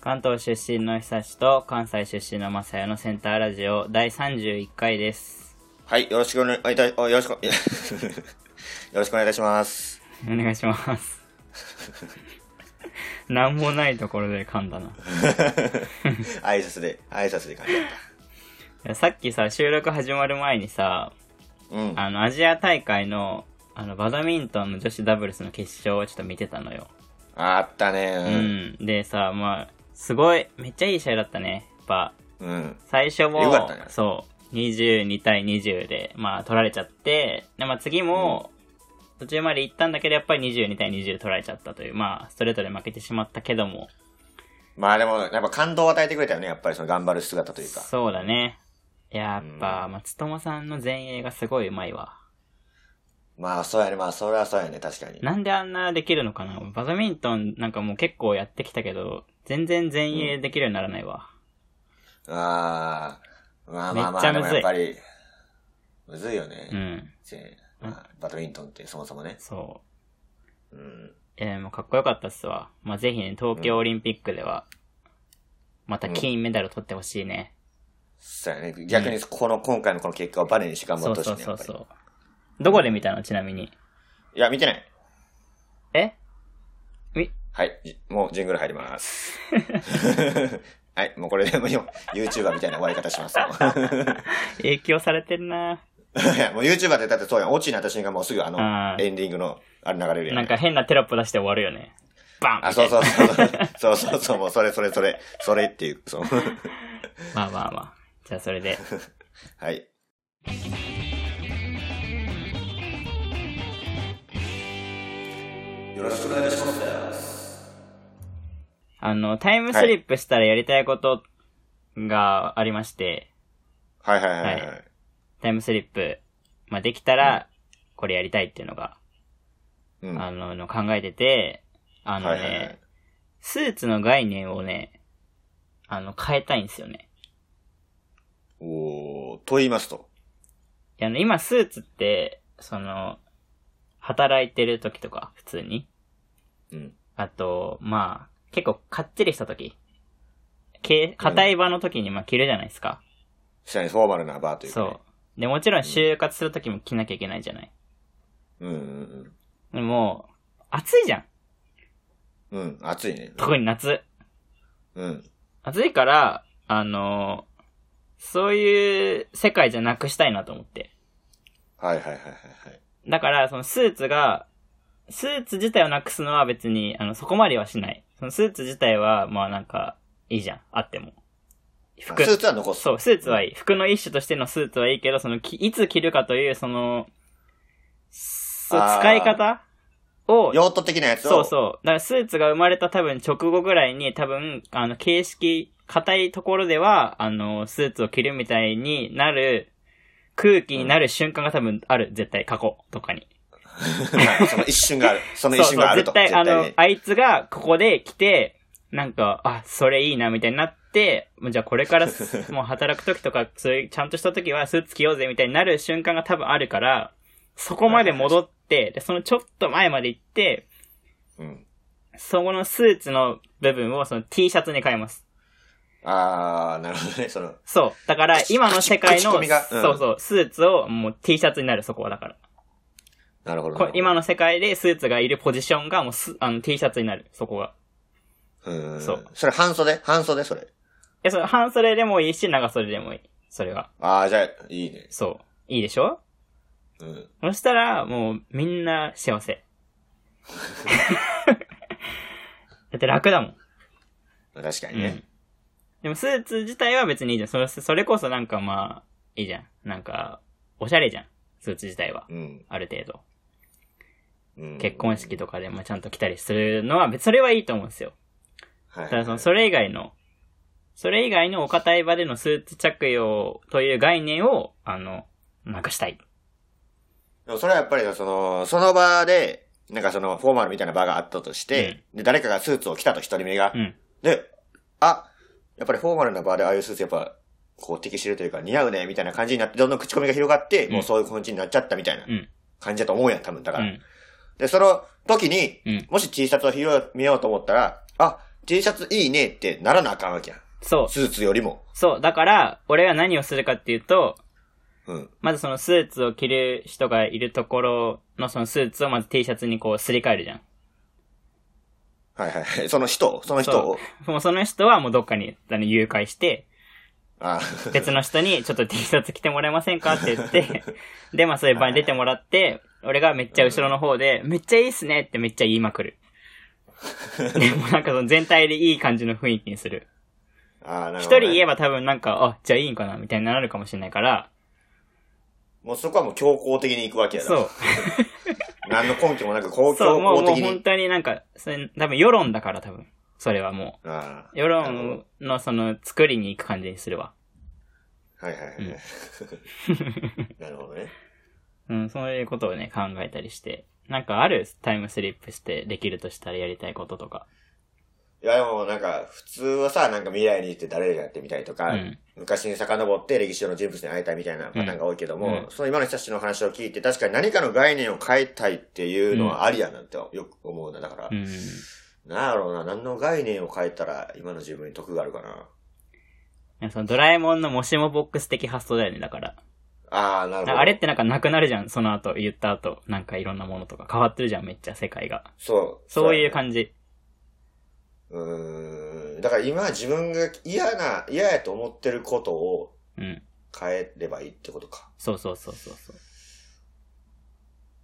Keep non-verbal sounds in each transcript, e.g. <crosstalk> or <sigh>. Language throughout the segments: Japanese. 関東出身の久志と関西出身の正也のセンターラジオ第31回です。はい、よろしくお願いいた、あよろしく、 <laughs> よろしくお願いいた <laughs> します。お願いし <laughs> ます。なんもないところで噛んだな。い挨拶で、挨拶で感じだっやさっきさ、収録始まる前にさ、た。うん。あの、アジア大会の、あの、バドミントンの女子ダブルスの決勝をちょっと見てたのよ。あったうね。ん。でさ、まあ、すごい、めっちゃいい試合だったね。やっぱ、うん。うん。最初も、よかったねそう、22対20で、まあ、取られちゃって、で、まあ、次も、途中まで行ったんだけど、やっぱり22対20取られちゃったという、まあ、ストレートで負けてしまったけども、まあでも、やっぱ感動を与えてくれたよね。やっぱりその頑張る姿というか。そうだね。やっぱ、松友さんの前衛がすごいうまいわ。まあ、そうやね。まあ、それはそうやね。確かに。なんであんなできるのかなバドミントンなんかもう結構やってきたけど、全然前衛できるようにならないわ。ああ。まあまあまめっちゃあ、でむもずいやっぱり、むずいよね。うん、せまあ、バドミントンってそもそもね。そう。うん。えー、もうかっこよかったっすわ。まあ、ぜひね、東京オリンピックでは、また金メダル取ってほしいね。そうやね。逆に、この、今回のこの結果をバネにして頑張そっうてほしいそうね。そやうっぱりそう。どこで見たのちなみに。いや、見てない。えみ、はい、じもうジングル入ります。 <laughs> はい、もうこれでもう YouTuber みたいな終わり方しますも影響されてるなう <laughs> いやもう YouTuber でだってそうやん、オチになった瞬間もうすぐあのあーエンディングのあれ流れるやん。なんか変なテロップ出して終わるよね。バンあ、そうそうそう。 <laughs> そうそうそう、もうそれそれそれ、それっていう、そう。 <laughs> まあまあまあ。じゃあそれで。はい。よろしくお願いします。あの、タイムスリップしたらやりたいことがありまして、はいはいはいはい。はタイムスリップ、まあ、できたら、これやりたいっていうのが、うん。あはいの、の考えてて、あのね、はいはい。スーツの概念をね、あの、変えたいんですよね。おー、と言いますと。いやあの、今スーツって、その、働いてる時とか、普通に。うん。あと、まあ、結構かっちりした時。け、硬い場の時にまあ着るじゃないですか。下にフォーマルなバーというか、ね。そう。で、もちろん就活する時も着なきゃいけないじゃない。う。うんうんでも、暑いじゃん。うん。うん、暑いね。特に夏。うん。暑いから、あの、そういう世界じゃなくしたいなと思って。はいはいはいはいはい。だから、そのスーツが、スーツ自体をなくすのは別に、あの、そこまではしない。そのスーツ自体は、まあなんか、いいじゃん。あっても。あ服ス、ーツは残す。そう、スーツはいい。服の一種としてのスーツはいいけど、その、きいつ着るかという、その、そう、あー使い方を、用途的なやつを。そうそう。だからスーツが生まれた多分直後ぐらいに、多分、あの、形式、硬いところでは、あの、スーツを着るみたいになる、空気になる瞬間が多分ある。絶対、過去とかに。はい <laughs> その一瞬がある。その一瞬があるそと。うそう絶対、あのね、あいつがここで来て、なんか、あ、それいいな、みたいになって、もうじゃあこれ <laughs> からす、もう働く時とか、そういう、ちゃんとした時はスーツ着ようぜ、みたいになる瞬間が多分あるから、そこまで戻って、でそのちょっと前まで行って、うん。そこのスーツの部分をその T シャツに変えます。あー、なるほどね。その、そう。だから、今の世界の、口コミがうんそうそう、スーツをもう T シャツになる、そこはだから。なるほど。こ今の世界でスーツがいるポジションがもうす、あの T シャツになる、そこが。うん。そそうう。それ半袖半袖それ。え、その半袖でもいいし、長袖でもいい。それは。あー、じゃあ、いいね。そう。いいでしょうん。そしたら、もう、みんな幸せ。 <laughs> だって楽だもん。確かうにねん。。でも、スーツ自体は別にいいじゃん。それ、それこそなんかまあ、いいじゃん。なんか、おしゃれじゃん。スーツ自体は。うん。ある程度。うん。結婚式とかでもちゃんと来たりするのは、別それはいいと思うんですよ。はい。ただその、それ以外の、それ以外のお堅い場でのスーツ着用という概念を、あの、なくしたい。でもそれはやっぱり、その、その場で、なんかその、フォーマルみたいな場があったとして、で、誰かがスーツを着たと一人目がう、ん。で、あ、やっぱりフォーマルな場でああいうスーツやっぱ、こう適してるというか似合うね、みたいな感じになって、どんどん口コミが広がって、んもうそういう感じになっちゃったみたいなうん。感じだと思うやん、多分。だうから。ん。で、その時に、うんもし T シャツを広めようと思ったら、あ、 T シャツいいねってならなあかんわけやん。そう。スーツよりも。そう。だから、俺は何をするかっていうと、うん。まずそのスーツを着る人がいるところのそのスーツをまず T シャツにこうすり替えるじゃん。はいはいはい。その人その人を。もうその人はもうどっかにあの誘拐して、あ <laughs> 別の人にちょっと T シャツ着てもらえませんかって言って、 <laughs> で、まあそういう場に出てもらって、俺がめっちゃ後ろの方で、めっちゃいいっすねってめっちゃ言いまく <laughs> る。でもなんかその全体でいい感じの雰囲気にする。あー、な一るほど、人ね。言えば多分なんか、あ、じゃあいいんかなみたいになるかもしれないから、もうそこはもう強行的に行くわけやな。そう。何の根拠もなく、こうそう、強もう、行もう的本に。当になんか、それ多分世論だから多分。それはもあう。世論のその作りに行く感じにするわ。あ。はいはいはい。うん <laughs> なるほどね。うん、そういうことをね、考えたりして。なんかあるタイムスリップしてできるとしたらやりたいこととか。いやでもなんか、普通はさ、なんか未来に行って誰になってみたいとうか、ん。昔に遡って歴史上の人物に会えたみたいなパターンが多いけども、うんその今の人たちの話を聞いて、確かに何かの概念を変えたいっていうのはありやなってよく思うな。だから、うん。なんやろうな、何の概念を変えたら今の自分に得があるかな。なんかそのドラえもんのもしもボックス的発想だよね、だから。ああ、なるほど。あれってなんかなくなるじゃん、その後、言った後。なんかいろんなものとか変わってるじゃん、めっちゃ世界が。そう。そういう感じ。うーん。だから今自分が嫌な、嫌やと思ってることをうん。変えればいいってことか。そうそうそうそうそ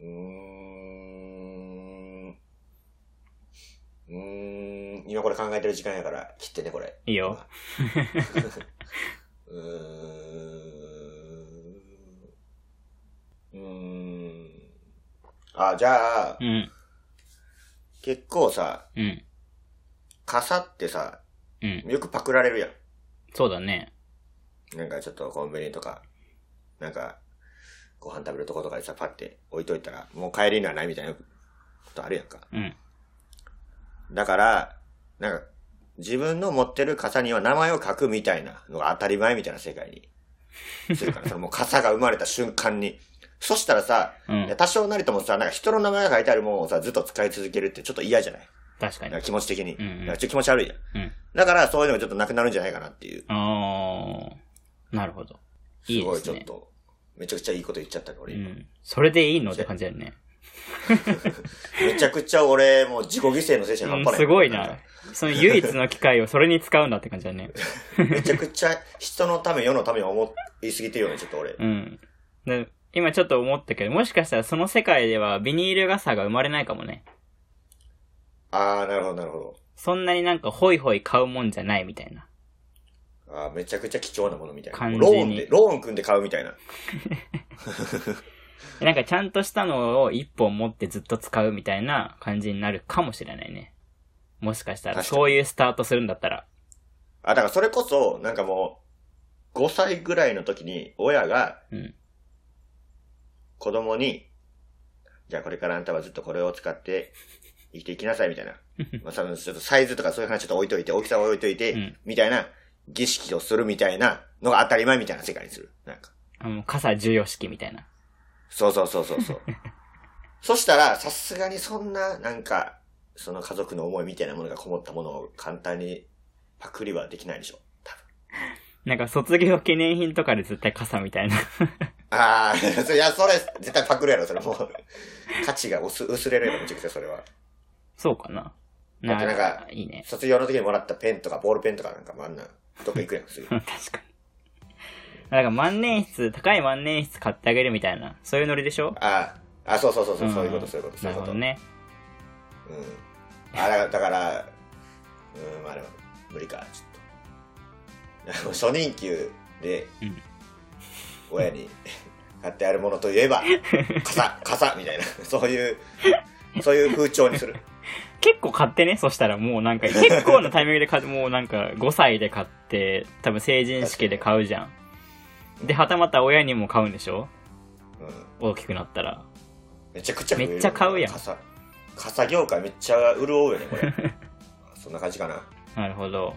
う。うーん。うーん。今これ考えてる時間やから、切ってね、これ。いい <laughs> よ。うーん。うーん。あ、じゃあう、ん。結構さ、うん。傘ってさ、うん。よくパクられるやん。そうだね。なんかちょっとコンビニとか、なんか、ご飯食べるとことかでさ、パって置いといたら、もう帰りにはないみたいなことあるやんか。うん。だから、なんか、自分の持ってる傘には名前を書くみたいなのが当たり前みたいな世界にす <laughs> るから、そのもう傘が生まれた瞬間に。そしたらさ、うんいや多少なりともさ、なんか人の名前が書いてあるものをさ、ずっと使い続けるってちょっと嫌じゃない確かなんにか。気持ち的に。うんうんなんかちょっと気持ち悪いじゃん。うん。だからそういうのもちょっとなくなるんじゃないかなっていう。あー。なるほど。いいですごね。いちょっと、めちゃくちゃいいこと言っちゃったね、俺う今。ん。それでいいのって感じだよね。めちゃくちゃ俺、もう自己犠牲の精神う半ん、端ない。すごいな。。その唯一の機会をそれに使うんだって感じ <laughs> だね。めちゃくちゃ人のため、世のためを思いすぎてるよね、ちょっと俺。うん。で今ちょっと思ったけど、もしかしたらその世界ではビニール傘が生まれないかもね。あー、なるほど、なるほど。そんなになんかホイホイ買うもんじゃないみたいな。あーめちゃくちゃ貴重なものみたいな。感じにローンで、ローン組んで買うみたいな。なんかちゃんとしたのを一本持ってずっと使うみたいな感じになるかもしれないね。もしかしたら、確かにそういうスタートするんだったら。あ、だからそれこそ、なんかもう、5歳ぐらいの時に、親がうん。子供に、じゃあこれからあんたはずっとこれを使って生きていきなさい <laughs> みたいな。まあ、そのちょっとサイズとかそういう話ちょっと置いといて、大きさを置いといて、うんみたいな儀式をするみたいなのが当たり前みたいな世界にする。なんか。あの、傘重要式みたいな。そうそうそうそうそう。そしたら、さすがにそんな、なんか、その家族の思いみたいなものがこもったものを簡単にパクリはできないでしょ。多分。なんか卒業記念品とかで絶対傘みたいな。 <laughs> ああ、そいや、それ、絶対パクるやろ、それもう。価値が薄薄れるよ、めちゃくちゃそれは。そうかな。だってなんかいいね。 <laughs> 卒業の時にもらったペンとかボールペンとかなんかもあんな、どっか行くやん、すぐ。うん確かに。なんか万年筆、高い万年筆買ってあげるみたいな、そういうノリでしょああ、あ、そうそうそうそう、んそういうこと、そういうこと、そうないるうこほと。どね。うん。あ、だから、だから、うん、まあでも、無理か、ちょっと。 <laughs> 初任給でうん、親に <laughs> 買ってあるものとい <laughs> えば、傘、傘みたいな、 <laughs> そういう、そういう風潮にする。結構買ってね、そしたらもうなん <laughs> か、結構なタイミングで買って、もうなんか5歳で買って、多分成人式で買うじゃん。で、はたまた親にも買うんでしょうん。大きくなったら。めちゃくちゃ増えるめっちゃ買うやん傘、傘業界めっちゃ潤うよね、こ <laughs> れ。そんな感じかな。なるほど。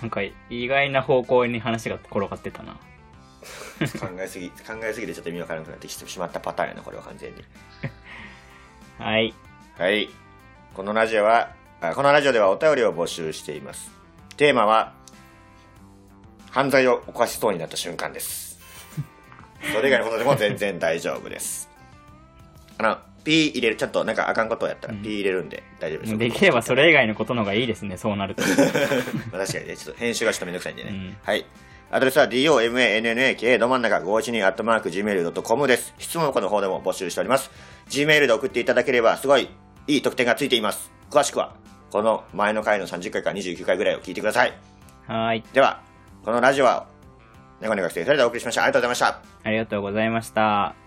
なんか意外な方向に話が転がってたな。考えすぎ、考えすぎてちょっと意味わからなくなってきてしまったパターンやな、これは完全に。はい。はい。このラジオは、あこのラジオではお便りを募集しています。テーマは、犯罪を犯しそうになった瞬間です。それ以外のことでも全然大丈夫です。あの、P 入れる、ちょっとなんかあかんことをやったら P 入れるんで大丈夫ですよ。できればそれ以外のことの方がいいですね、そうなると。まあ確かにね、ちょっと編集がちょっとめんどくさいんでね。うんはい。アドレスは DOMANNAK ど真ん中512アットマーク Gmail.com です。質問箱の方でも募集しております。Gmail で送っていただければすごいいい特典がついています。詳しくは、この前の回の30回から29回ぐらいを聞いてください。はーい。では、このラジオは、猫の学生、それではお送りしました。ありがとうございました。ありがとうございました。